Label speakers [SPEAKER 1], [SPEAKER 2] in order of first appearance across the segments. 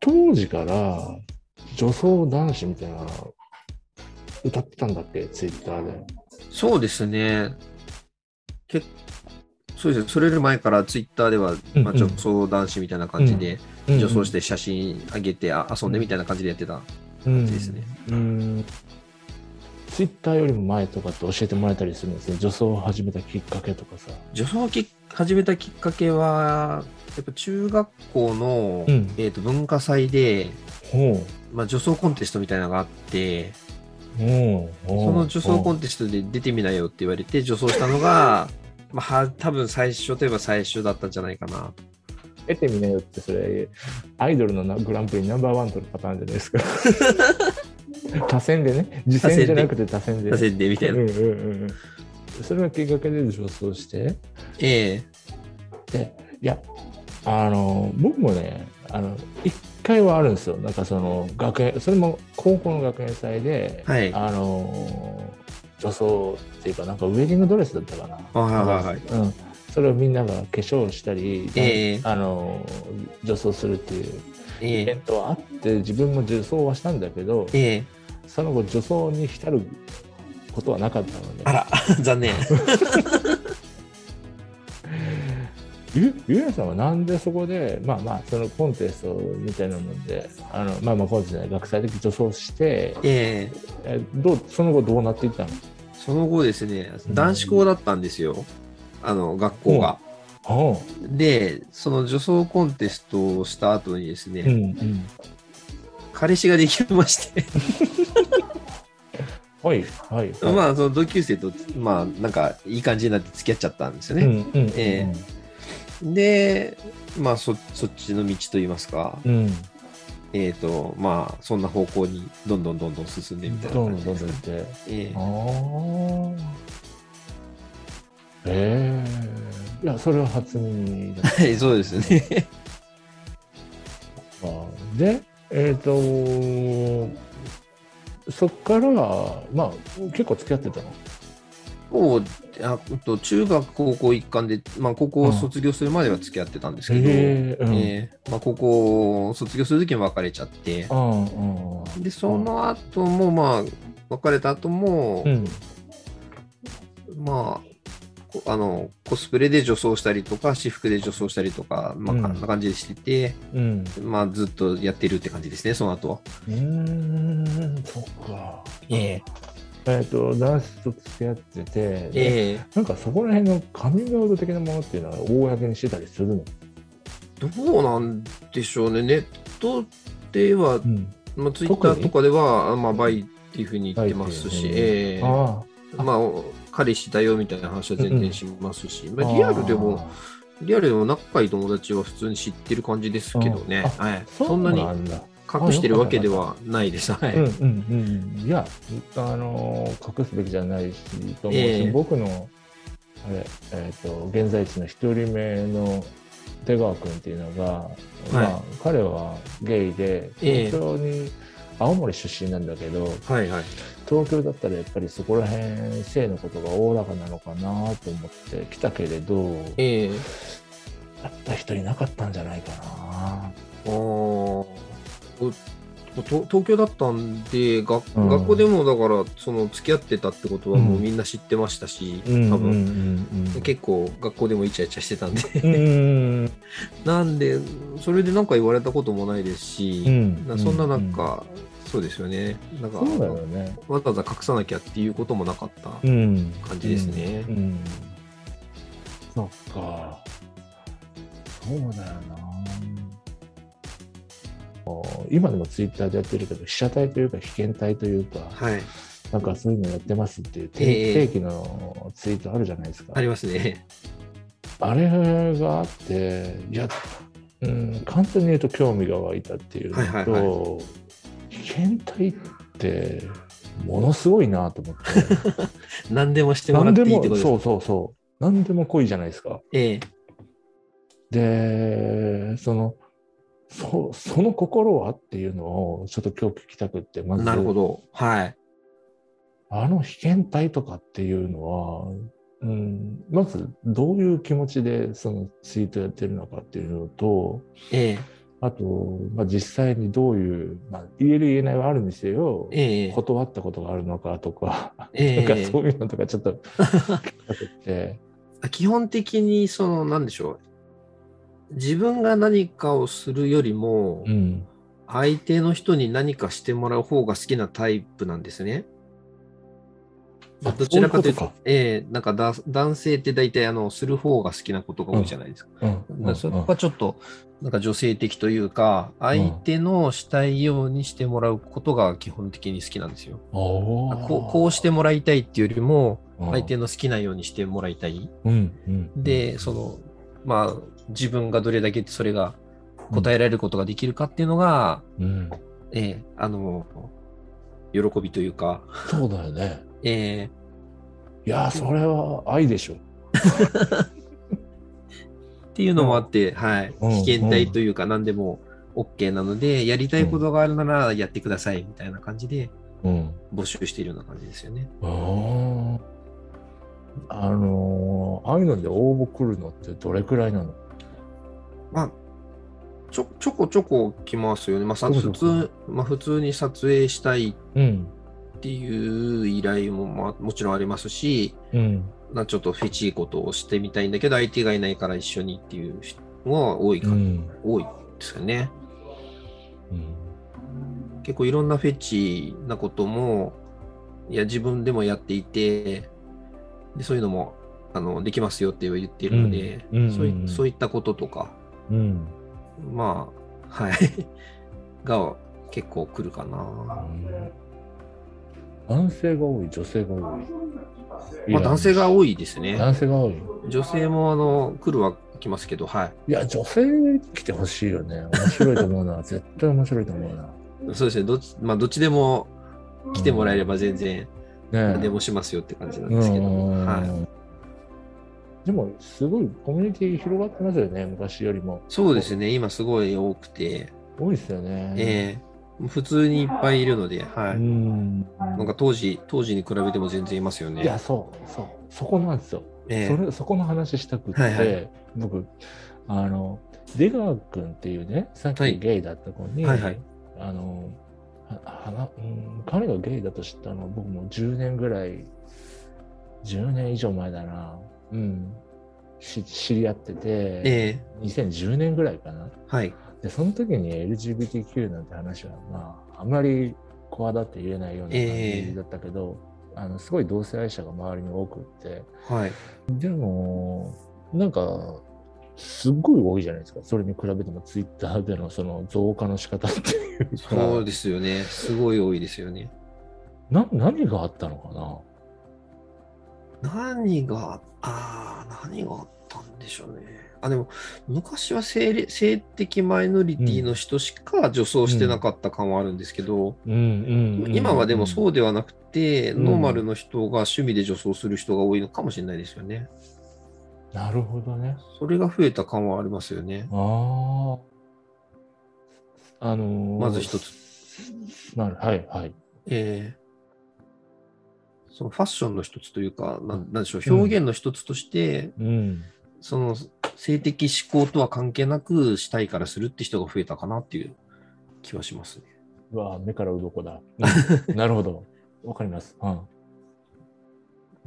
[SPEAKER 1] 当時から女装男子みたいな歌ってたんだっけツイッターで。
[SPEAKER 2] そうですね。けそうですね。それより前からツイッターでは、
[SPEAKER 1] うん
[SPEAKER 2] まあ、女装男子みたいな感じで、女装してて写真上げてあ遊んでみたいな感じでやってた。
[SPEAKER 1] 感
[SPEAKER 2] じですね。
[SPEAKER 1] うんツイッターよりも前とかって教えてもらえたりするんですね。女装を始めたきっかけとかさ。
[SPEAKER 2] 女装をき始めたきっかけは、やっぱ中学校の、
[SPEAKER 1] うん
[SPEAKER 2] えー、と文化祭で、
[SPEAKER 1] ほ
[SPEAKER 2] まあ、女装コンテストみたいなのがあって、
[SPEAKER 1] う。ほう。
[SPEAKER 2] その女装コ
[SPEAKER 1] ン
[SPEAKER 2] ンテストで出てみなよって言われて、女装したのが、 まあ、は多分最初といえば最初だったんじゃないかな。
[SPEAKER 1] 出てみなよって、それ、アイドルのなグランプリナンバーワン取るパターンじゃないですか。 多選でね。次戦じゃなくて多選で。
[SPEAKER 2] 出せんで、みたいな。
[SPEAKER 1] うんうんうんうん。それがきっかけで女装して。
[SPEAKER 2] ええ
[SPEAKER 1] で、いや、あの、僕もね、あの、一回はあるんですよ。なんかその、学園、それも高校の学園祭で、
[SPEAKER 2] はい
[SPEAKER 1] あの、女装っていうか、なんかウェディングドレスだったかな。
[SPEAKER 2] あはいはいはい
[SPEAKER 1] うん。それをみんなが化粧したり、
[SPEAKER 2] ええ
[SPEAKER 1] あの、女装するっていう
[SPEAKER 2] え
[SPEAKER 1] イベン
[SPEAKER 2] え
[SPEAKER 1] トはあって、自分も女装はしたんだけど、
[SPEAKER 2] ええ
[SPEAKER 1] その後、女装に浸ることはなかったので、
[SPEAKER 2] あら、 残念。
[SPEAKER 1] ゆゆうやさんはなんでそこでまあまあそのコンテストみたいなもんであのまあまあコンテストじゃない学祭で女装して
[SPEAKER 2] ええ
[SPEAKER 1] えどうその後どうなっていったの
[SPEAKER 2] その後ですね、男子校だったんですよ。あの、学校が。
[SPEAKER 1] あ
[SPEAKER 2] で、その女装コンテストをした後にですね、
[SPEAKER 1] うんうん
[SPEAKER 2] 彼氏ができまして、
[SPEAKER 1] はいはいはい
[SPEAKER 2] まあ、その同級生と、まあ、なんか、いい感じになって付き合っちゃったんですよ
[SPEAKER 1] うん
[SPEAKER 2] ね。
[SPEAKER 1] うんうん
[SPEAKER 2] えで、まあそ、そっちの道といいますか、
[SPEAKER 1] うん
[SPEAKER 2] えっ、と、まあ、そんな方向にどんどんどんどん進んでみたいな
[SPEAKER 1] どん
[SPEAKER 2] 感
[SPEAKER 1] どん
[SPEAKER 2] じ
[SPEAKER 1] どん
[SPEAKER 2] で
[SPEAKER 1] ど
[SPEAKER 2] す
[SPEAKER 1] ん行っ
[SPEAKER 2] ね
[SPEAKER 1] て
[SPEAKER 2] ええ
[SPEAKER 1] あーええいやそれは初耳だ っ
[SPEAKER 2] はいそうですね。
[SPEAKER 1] たでえっ、とそっからまあ結構付き合ってたの
[SPEAKER 2] もうあうんと中学、高校一貫で、まあ、高校を卒業するまでは付き合ってたんですけど、え
[SPEAKER 1] ええうん
[SPEAKER 2] えまあ、高校を卒業するときに別れちゃって、
[SPEAKER 1] うんうんうん
[SPEAKER 2] で、その後も、まあ、別れた後も、
[SPEAKER 1] うん
[SPEAKER 2] まあ、こあのコスプレで女装したりとか、私服で女装したりとか、まあ、
[SPEAKER 1] うん
[SPEAKER 2] こんな感じでしてて、
[SPEAKER 1] うん
[SPEAKER 2] まあ、ずっとやってるって感じですね、その後は。
[SPEAKER 1] うーんそっか
[SPEAKER 2] え
[SPEAKER 1] えっ、と男子と付き合ってて、で
[SPEAKER 2] ええ
[SPEAKER 1] なんかそこら辺のカミングアウト的なものっていうのは公にしてたりするの、
[SPEAKER 2] どうなんでしょうね、ネットでは、
[SPEAKER 1] うん、
[SPEAKER 2] まあ、ツイッタ
[SPEAKER 1] 特に
[SPEAKER 2] ーとかでは、あまあ、バイっていうふうに言ってますし、
[SPEAKER 1] バイっていう
[SPEAKER 2] ええ
[SPEAKER 1] あ
[SPEAKER 2] まあ、お彼氏だよみたいな話は全然しますし、
[SPEAKER 1] あ
[SPEAKER 2] まあ、リアルでも、リアルでも仲いい友達は普通に知ってる感じですけどね、
[SPEAKER 1] あ
[SPEAKER 2] はい、
[SPEAKER 1] そ
[SPEAKER 2] そん
[SPEAKER 1] んな
[SPEAKER 2] な
[SPEAKER 1] に
[SPEAKER 2] に
[SPEAKER 1] んだ
[SPEAKER 2] 隠してるわけではないです。は
[SPEAKER 1] うん
[SPEAKER 2] い、
[SPEAKER 1] うんうんいやあのー隠すべきじゃないしと思うし、
[SPEAKER 2] ええ
[SPEAKER 1] 僕のあれえっ、と現在地の一人目の出川君っていうのが、まあ彼はゲイで
[SPEAKER 2] ええ
[SPEAKER 1] 東京に青森出身なんだけど、
[SPEAKER 2] はい、はい。
[SPEAKER 1] 東京だったらやっぱりそこら辺性のことがおおらかなのかなと思って来たけれど
[SPEAKER 2] ええ
[SPEAKER 1] 会った人いなかったんじゃないかな。
[SPEAKER 2] あーおと東京だったんで学,、
[SPEAKER 1] うん
[SPEAKER 2] 学校でもだからその付き合ってたってことはもううんみんな知ってましたし、
[SPEAKER 1] うん
[SPEAKER 2] 多
[SPEAKER 1] うんう
[SPEAKER 2] 分、
[SPEAKER 1] んうん
[SPEAKER 2] 結構学校でもイチャイチャしてたんで
[SPEAKER 1] うんうん
[SPEAKER 2] なんでそれで何か言われたこともないです
[SPEAKER 1] う
[SPEAKER 2] し、
[SPEAKER 1] ん
[SPEAKER 2] なそんななんか、そうですよねなんか
[SPEAKER 1] そうだよね。
[SPEAKER 2] わざわざ隠さなきゃっていうこともなかった、
[SPEAKER 1] うん、
[SPEAKER 2] 感じですね
[SPEAKER 1] うんうんそっか。そうだよな。今でもツイッターでやってるけど、被写体というか、被験体というか、
[SPEAKER 2] はい
[SPEAKER 1] なんかそういうのやってますっていう定,、
[SPEAKER 2] ええ
[SPEAKER 1] 定期のツイートあるじゃないですか。
[SPEAKER 2] ありますね
[SPEAKER 1] あれがあって、いや、うん、簡単に言うと興味が湧いたっていうのと、
[SPEAKER 2] はいはい
[SPEAKER 1] 被験体って、ものすごいなと思って。
[SPEAKER 2] 何でもしてもら
[SPEAKER 1] 何
[SPEAKER 2] って
[SPEAKER 1] で
[SPEAKER 2] いいっ
[SPEAKER 1] も
[SPEAKER 2] てことです
[SPEAKER 1] そうそうそう何でも恋じゃないですか
[SPEAKER 2] ええ
[SPEAKER 1] でそのそその心はっていうのをちょっと今日聞きたくってまず
[SPEAKER 2] なるほどはい
[SPEAKER 1] あの被験体とかっていうのは、うん、まずどういう気持ちでそのツイートやってるのかっていうのと
[SPEAKER 2] ええ
[SPEAKER 1] あと、まあ、実際にどういう、まあ、言える言えないはあるにせよ、
[SPEAKER 2] ええ
[SPEAKER 1] 断ったことがあるのかとか、
[SPEAKER 2] え
[SPEAKER 1] なんか
[SPEAKER 2] え
[SPEAKER 1] そういうのとかちょっと聞きたくて、
[SPEAKER 2] 基本的に、その、なんでしょう。自分が何かをするよりも、
[SPEAKER 1] うん、
[SPEAKER 2] 相手の人に何かしてもらう方が好きなタイプなんですね。
[SPEAKER 1] あ
[SPEAKER 2] どちらかというと、
[SPEAKER 1] そういうこ
[SPEAKER 2] ええなんかだ男性って大体あのする方が好きなことが多いじゃないですか。
[SPEAKER 1] うん
[SPEAKER 2] だからそこはちょっと、なんか女性的というか、相手のしたいようにしてもらうことが基本的に好きなんですよ。こうこうしてもらいたいっていうよりも、相手の好きなようにしてもらいたい。で、その、まあ、自分がどれだけそれが答えられることができるかっていうのが、
[SPEAKER 1] うんうんうんうん
[SPEAKER 2] ええあの、喜びというか、
[SPEAKER 1] そうだよね。
[SPEAKER 2] え
[SPEAKER 1] いやー、それは愛でしょ。
[SPEAKER 2] えっていうのもあって、はい、
[SPEAKER 1] うん
[SPEAKER 2] 危険体というか、何でも OK なので、やりたいことがあるならやってくださいみたいな感じで
[SPEAKER 1] うん。
[SPEAKER 2] 募集しているような感じですよね。
[SPEAKER 1] あーあのー、ああいうので応募来るのってどれくらいなの
[SPEAKER 2] まあ、ちょちょこちょこ来ますよね。まあ、さ
[SPEAKER 1] そうそ
[SPEAKER 2] 普
[SPEAKER 1] うそう
[SPEAKER 2] 通、まあ、普通に撮影したい
[SPEAKER 1] うん。
[SPEAKER 2] っていう依頼も、まあ、もちろんありますし、
[SPEAKER 1] うん。
[SPEAKER 2] まあちょっとフェチいことをしてみたいんだけど、相手がいないから一緒にっていう人は多いか、
[SPEAKER 1] うん。
[SPEAKER 2] 多いですよね。
[SPEAKER 1] うん
[SPEAKER 2] 結構いろんなフェチなことも、いや、自分でもやっていて、でそういうのもあのできますよって言っているので、
[SPEAKER 1] うんうん
[SPEAKER 2] そう
[SPEAKER 1] うんう
[SPEAKER 2] い
[SPEAKER 1] ん
[SPEAKER 2] そういったこととか、
[SPEAKER 1] うん。
[SPEAKER 2] まあ、はい、 が結構来るかな。
[SPEAKER 1] 男性が多い、女性が多い。
[SPEAKER 2] まあ、男性が
[SPEAKER 1] い。
[SPEAKER 2] 多いですね。
[SPEAKER 1] 男性が多い。
[SPEAKER 2] 女性もあの来るは来ますけど、はい。
[SPEAKER 1] いや、女性に来てほしいよね。面白いと思う な。絶対面白いと思うな。
[SPEAKER 2] そうですね、どっち,、まあ、どっちでも来てもらえれば全然
[SPEAKER 1] ね
[SPEAKER 2] 何でもしますよって感じなんですけど、
[SPEAKER 1] うん
[SPEAKER 2] はい、
[SPEAKER 1] でも、すごいコミュニティ広がってますよね、昔よりも。
[SPEAKER 2] そうですね、今すごい多くて、
[SPEAKER 1] 多いですよね。
[SPEAKER 2] ええ普通にいっぱいいるので、は
[SPEAKER 1] う
[SPEAKER 2] い、
[SPEAKER 1] ん。
[SPEAKER 2] なんか当時当時に比べても全然いますよ
[SPEAKER 1] いや、
[SPEAKER 2] ね。
[SPEAKER 1] そう、そう、そこなんですよ。
[SPEAKER 2] え
[SPEAKER 1] そ
[SPEAKER 2] え
[SPEAKER 1] れそこの話したくって、
[SPEAKER 2] はいはい
[SPEAKER 1] 僕、あの、出川君っていうね、さっ
[SPEAKER 2] はい
[SPEAKER 1] きゲイだった子に、
[SPEAKER 2] はいはい
[SPEAKER 1] あの、ははなうん彼がゲイだと知ったのは僕も10年ぐらい、10年以上前だな、うん、し知り合ってて、
[SPEAKER 2] え
[SPEAKER 1] 2010年ぐらいかな。
[SPEAKER 2] えはい、
[SPEAKER 1] で、その時に LGBTQ なんて話は、まあ、あんまり声だって言えないような感
[SPEAKER 2] ええ
[SPEAKER 1] じだったけど、あのすごい同性愛者が周りに多くって、
[SPEAKER 2] はい、
[SPEAKER 1] でも、なんか、すっごい多いじゃないですか。それに比べても、ツイッターでのその増加の仕方っていうか、
[SPEAKER 2] そうですよね、すごい多いですよね。
[SPEAKER 1] な何があったのか
[SPEAKER 2] 何が、ああ、何があったんでしょうね。あ、でも、昔は性れ性的マイノリティの人しか女装してなかった感はあるんですけど、
[SPEAKER 1] な、うんうんうん
[SPEAKER 2] 今はでもそううではなくて、
[SPEAKER 1] うん
[SPEAKER 2] ノーマルの人が趣味で女装する人が多いのかもしれないですよね。
[SPEAKER 1] ん。なるほどね。
[SPEAKER 2] それが増えた感はありますよね。
[SPEAKER 1] ああ。あのー
[SPEAKER 2] まず一
[SPEAKER 1] つ。なるはいはい。
[SPEAKER 2] えーそのファッションの一つというか、な
[SPEAKER 1] うん
[SPEAKER 2] なんでしょう、表現の一つとして、
[SPEAKER 1] うん。
[SPEAKER 2] その性的指向とは関係なく、したいからするって人が増えたかなっていう気はしますね。
[SPEAKER 1] うわ目から鱗 だ。うんなるほど。わかります。うん。
[SPEAKER 2] ま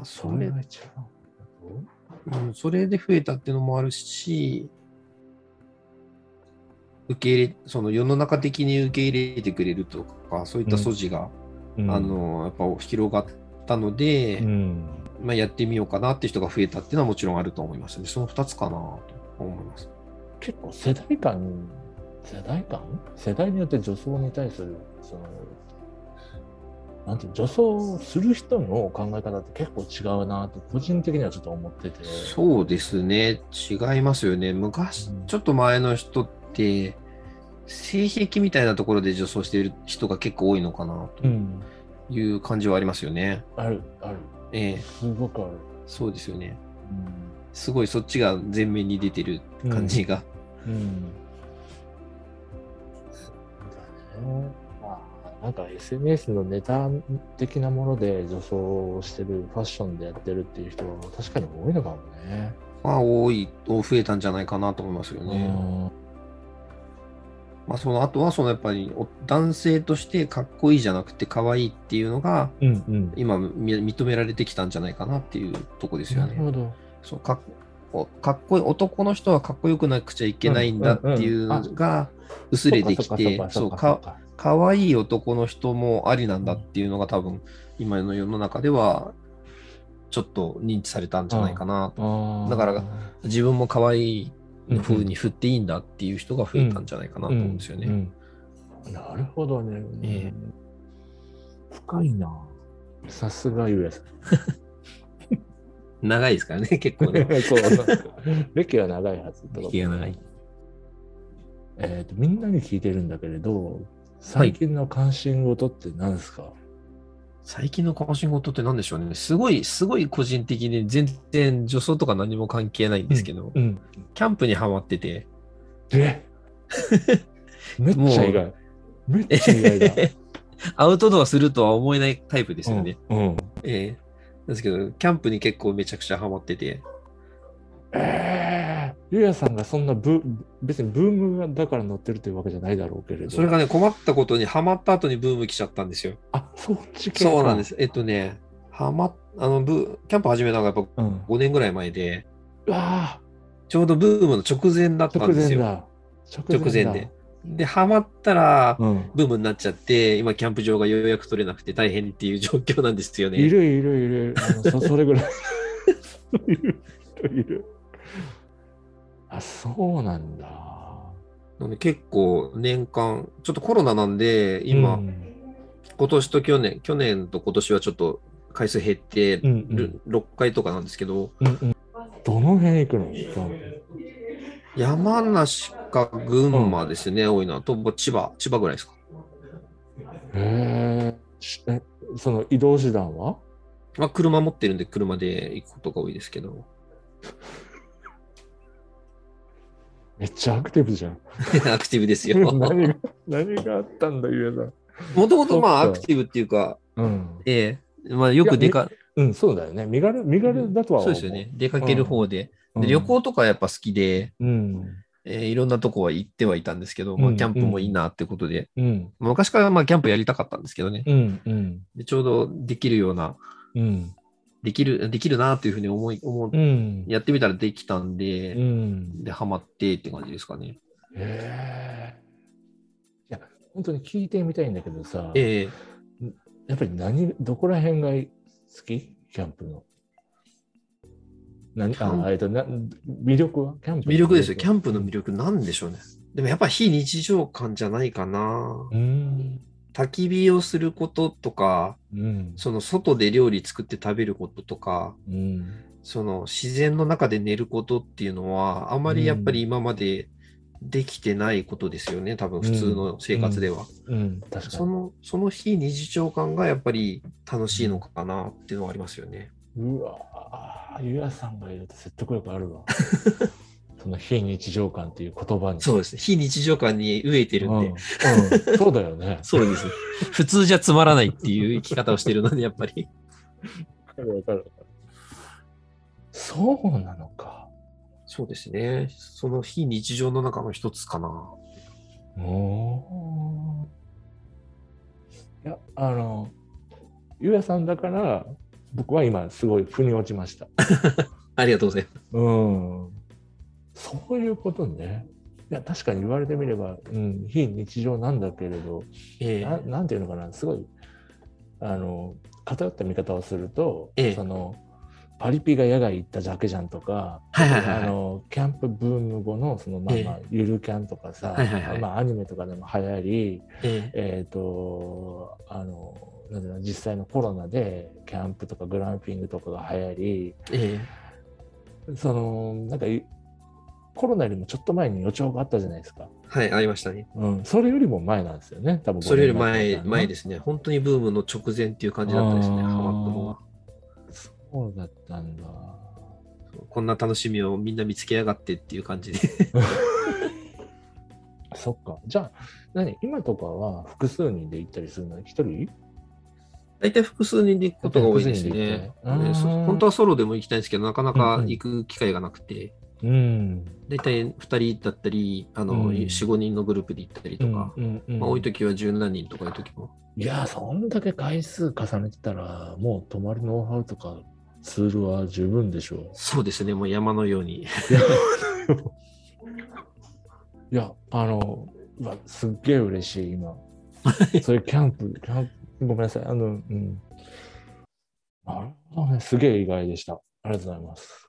[SPEAKER 2] あ、それ
[SPEAKER 1] が一番。
[SPEAKER 2] うん、それで増えたっていうのもあるし、受け入れ、その世の中的に受け入れてくれるとか、そういった素地が、
[SPEAKER 1] うん
[SPEAKER 2] あ、の、やっぱ広がったので、
[SPEAKER 1] うん。
[SPEAKER 2] まあ、やってみようかなって人が増えたっていうのはもちろんあると思いますね。その2つかなと思います。
[SPEAKER 1] 結構世代間世代間世代によって女装に対するそのなんていう女装をする人の考え方って結構違うなと個人的にはちょっと思ってて
[SPEAKER 2] そうですね。違いますよね。昔
[SPEAKER 1] うん、
[SPEAKER 2] ちょっと前の人って、性癖みたいなところで女装している人が結構多いのかな
[SPEAKER 1] うん
[SPEAKER 2] という感じはありますよね。
[SPEAKER 1] あるある
[SPEAKER 2] ええ、
[SPEAKER 1] すごくある、
[SPEAKER 2] そうですよね。すごいそっちが前面に出てる
[SPEAKER 1] うん
[SPEAKER 2] 感じが。
[SPEAKER 1] うんだねまあなんか SNS のネタ的なもので女装をしてるファッションでやってるっていう人は確かに多いのかもね。
[SPEAKER 2] まあ、多い、多増えたんじゃないかなと思いますよ
[SPEAKER 1] う
[SPEAKER 2] ね。
[SPEAKER 1] ん
[SPEAKER 2] まあ、そのあとはそのやっぱりお男性としてかっこいいじゃなくて可愛いっていうのが
[SPEAKER 1] うんうん。
[SPEAKER 2] 今み認められてきたんじゃないかなっていうとこですよ
[SPEAKER 1] なる
[SPEAKER 2] ね。
[SPEAKER 1] ほど。
[SPEAKER 2] そうかっこかっこいい男の人はかっこよくなくちゃいけないんだっていうのが薄れてきて
[SPEAKER 1] そ
[SPEAKER 2] そうう
[SPEAKER 1] か
[SPEAKER 2] か可愛い男の人もありなんだっていうのが多分今の世の中ではちょっと認知されたんじゃないかな、だから自分も可愛い風に振っていいんだっていう人が増えたんじゃないかなと思うんですよね。
[SPEAKER 1] うんうんなるほどね。
[SPEAKER 2] ええ
[SPEAKER 1] 深いな。さすがゆえさん。
[SPEAKER 2] 長いですからね 結構ね。
[SPEAKER 1] そう歴は長いはず。
[SPEAKER 2] 歴が長い。
[SPEAKER 1] えっ、と、みんなに聞いてるんだけれど、最近の関心事って何ですか、
[SPEAKER 2] 最近の関心事って何でしょうね。すごい、すごい個人的に全然女装とか何も関係ないんですけど、
[SPEAKER 1] うん。
[SPEAKER 2] キャンプにハマってて、
[SPEAKER 1] え めっちゃ意外。めっちゃ意外 だ。
[SPEAKER 2] アウトドアするとは思えないタイプですよね。
[SPEAKER 1] うんうん
[SPEAKER 2] ええなんですけど、キャンプに結構めちゃくちゃハマってて、
[SPEAKER 1] ええゆうやさんがそんなブ、別にブームだから乗ってるというわけじゃないだろうけれど。
[SPEAKER 2] それがね、困ったことにハマった後にブーム来ちゃったんですよ。
[SPEAKER 1] あ、そっち系か
[SPEAKER 2] そうなんで。す。えっとね、ハマあの、ブーキャンプ始めたのがやっぱ
[SPEAKER 1] うん。
[SPEAKER 2] 5年ぐらい前で、
[SPEAKER 1] うわあ、
[SPEAKER 2] ちょうどブームの直前だった
[SPEAKER 1] 直
[SPEAKER 2] んです
[SPEAKER 1] 前
[SPEAKER 2] よ。
[SPEAKER 1] だ。
[SPEAKER 2] 直前
[SPEAKER 1] だ
[SPEAKER 2] で。。で、ハマったら、
[SPEAKER 1] うん。
[SPEAKER 2] ブームになっちゃって、今、キャンプ場が予約取れなくて大変っていう状況なんですよね。
[SPEAKER 1] いるいるいる。あの そそれぐらい。いるいる。あ、そうなんだ。
[SPEAKER 2] なので結構、年間、ちょっとコロナなんで、今、
[SPEAKER 1] うん
[SPEAKER 2] 今年と去年、去年と今年はちょっと回数減って
[SPEAKER 1] う
[SPEAKER 2] る、
[SPEAKER 1] んうん
[SPEAKER 2] 6回とかなんですけど、
[SPEAKER 1] どの辺行くのキャンプ
[SPEAKER 2] 山梨か群馬ですね、多いのは、と千葉、千葉ぐらいですか。
[SPEAKER 1] へえしえ。その移動手段は
[SPEAKER 2] まあ、車持ってるんで、車で行くことが多いですけど、
[SPEAKER 1] めっちゃアクティブじゃん。
[SPEAKER 2] アクティブですよ。
[SPEAKER 1] 何
[SPEAKER 2] も
[SPEAKER 1] が何があったんだ、ゆうや
[SPEAKER 2] ともとまあ、
[SPEAKER 1] そ
[SPEAKER 2] ア
[SPEAKER 1] っか
[SPEAKER 2] クティブっていうか、
[SPEAKER 1] さん。うん。
[SPEAKER 2] ええまあ、よく出か、
[SPEAKER 1] うん、そうだよね。身軽、身軽だとは
[SPEAKER 2] そう
[SPEAKER 1] 思う。
[SPEAKER 2] ですよね。出かける方で。
[SPEAKER 1] うん。
[SPEAKER 2] で旅行とかやっぱ好きで、
[SPEAKER 1] うん。
[SPEAKER 2] えーいろんなとこは行ってはいたんですけど、ま
[SPEAKER 1] う
[SPEAKER 2] あ、
[SPEAKER 1] ん
[SPEAKER 2] キャンプもいいなってことで、
[SPEAKER 1] うん。
[SPEAKER 2] まあ昔からまあキャンプやりたかったんですけどね、
[SPEAKER 1] うん。うん。
[SPEAKER 2] でちょうどできるような、
[SPEAKER 1] うん。
[SPEAKER 2] できる、できるなというふうに思い、思う
[SPEAKER 1] うん。
[SPEAKER 2] やってみたらできたんで、
[SPEAKER 1] うん。
[SPEAKER 2] で、ハマってって感じですかね。
[SPEAKER 1] へえ。いや、本当に聞いてみたいんだけどさ、
[SPEAKER 2] ええ
[SPEAKER 1] やっぱり何、どこら辺が好きキャンプの。何、
[SPEAKER 2] ャン
[SPEAKER 1] あ、えっと、な魅力はキャンプの
[SPEAKER 2] 魅力ですよ。キャ
[SPEAKER 1] ン
[SPEAKER 2] ンプの魅力なんでしょうね。でもやっぱ非日常感じゃないかな。
[SPEAKER 1] プ。うん。
[SPEAKER 2] 焚き火をすることとか、
[SPEAKER 1] うん。
[SPEAKER 2] その外で料理作って食べることとか、
[SPEAKER 1] うん。
[SPEAKER 2] その自然の中で寝ることっていうのは、あまりやっぱり今までできてないことですよね、多分普通の生活では。
[SPEAKER 1] うん。確か
[SPEAKER 2] そ
[SPEAKER 1] に。
[SPEAKER 2] のその非日常感がやっぱり楽しいのかなっていうのはありますよね。
[SPEAKER 1] うわーゆやさんが言うと説得力あ るわ。その非日常感っていう言葉に。
[SPEAKER 2] そうですね。非日常感に飢えてる
[SPEAKER 1] うんん。
[SPEAKER 2] で。
[SPEAKER 1] うんそうだよね。
[SPEAKER 2] そうです。 普通じゃつまらないっていう生き方をしてるので、やっぱり。
[SPEAKER 1] わかるわかるわかる。そうなのか。
[SPEAKER 2] そうですね。その非日常の中の一つかな。
[SPEAKER 1] おお。いや、あの、ゆうやさんだから、僕は今すごい腑に落ちました。
[SPEAKER 2] ありがとうございます。
[SPEAKER 1] うん。そういうことね。いや、確かに言われてみれば、うん、非日常なんだけれど、
[SPEAKER 2] え
[SPEAKER 1] な
[SPEAKER 2] え
[SPEAKER 1] なんていうのかなすごいあの偏った見方をすると、
[SPEAKER 2] ええ
[SPEAKER 1] そのパリピが野外行っただけじゃんとか、
[SPEAKER 2] はいはいはい
[SPEAKER 1] あのキャンプブーム後のその、まあ
[SPEAKER 2] ええ
[SPEAKER 1] まあ、ゆるキャンとかさ、
[SPEAKER 2] はいはいはい
[SPEAKER 1] まあ、アニメとかでも流行り、
[SPEAKER 2] ええ
[SPEAKER 1] えー、とあのなんていうの実際のコロナでキャンプとかグランピングとかが流行り
[SPEAKER 2] え
[SPEAKER 1] そのなんかいコロナよりもちょっと前に予兆があったじゃないですか、
[SPEAKER 2] えはい、ありましたね。
[SPEAKER 1] うん、それよりも前なんですよね多分
[SPEAKER 2] それより前
[SPEAKER 1] 5年前
[SPEAKER 2] 前ですすね。本当にブームの直前っていう感じだったですね。
[SPEAKER 1] あー
[SPEAKER 2] ハマったのは。
[SPEAKER 1] そうだったんだ
[SPEAKER 2] こんな楽しみをみんな見つけやがってっていう感じで。
[SPEAKER 1] そっか。じゃあ、何今とかは複数人で行ったりするの一人
[SPEAKER 2] 大体複数人で行くことが多いです
[SPEAKER 1] 複数人で行っ
[SPEAKER 2] ね
[SPEAKER 1] て。あー
[SPEAKER 2] ねそ本当はソロでも行きたいんですけど、なかなか行く機会がなくて。
[SPEAKER 1] うん。
[SPEAKER 2] 大体2人だったり、あの、
[SPEAKER 1] うん
[SPEAKER 2] 4、5人のグループで行ったりとか、
[SPEAKER 1] うんうんうん
[SPEAKER 2] まあ、多い時は十何人とかいう時も。
[SPEAKER 1] いやー、そんだけ回数重ねてたら、もう泊まるノウハウとかツールは十分でしょう。
[SPEAKER 2] そうですね、もう山のように。
[SPEAKER 1] いや、いやあの、うわすっげえ嬉しい、今。それキャンプ、キャンプ、ごめんなさい、あの、うん。なるほどね、すげえ意外でした。ありがとうございます。